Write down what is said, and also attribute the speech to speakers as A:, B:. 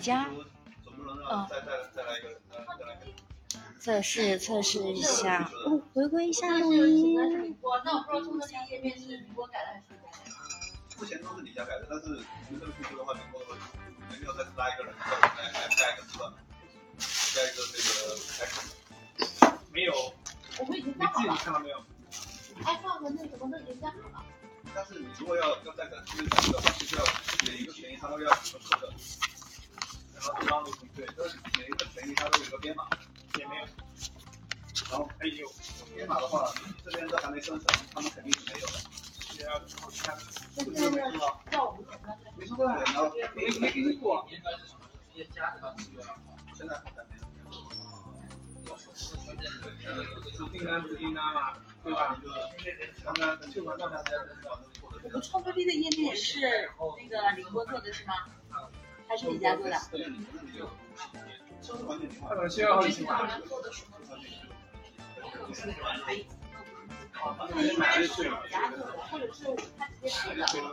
A: 家，
B: 嗯，再再再来一个，再来再来一个。
A: 测试测试一下，哦，回归一下录音。
B: 目前都是你家改的，但是你们这个退出的话，你们有没有再拉一个人再来来下一个是吧？下一个这个 X
C: 没有，
D: 我们已经
C: 你
D: 加
C: 自
D: 好
C: 己
D: 了
C: 看到没有？
D: ，iPhone 和那什么都已经加好了。
B: 但是你如果要要再改这个改的话，就是要每一个权益它都要有一个扣的，然后然后对，就是每一个权益它都有一个编码，
C: 也没有。
B: 然后
C: 哎呦，
B: 编码的话，这边都还没生成，他们肯定是没有的。
C: 这要好看。
D: 那现在让让我们怎么样？
B: 没生成，然后
C: 没没给你过，
B: 现在还没有。
C: 订单不订单嘛，对吧？
B: 刚刚就完蛋了，
D: 我们超哥 B 的页面也是哦那个李波做的是吗？还是你家做的？
B: 对，你们那里有，就是完全零
C: 可能需要一起
D: 我
C: 买。
D: 们做的什么？
C: 买的是
D: 家做的，或者是他直接配的。
B: 化。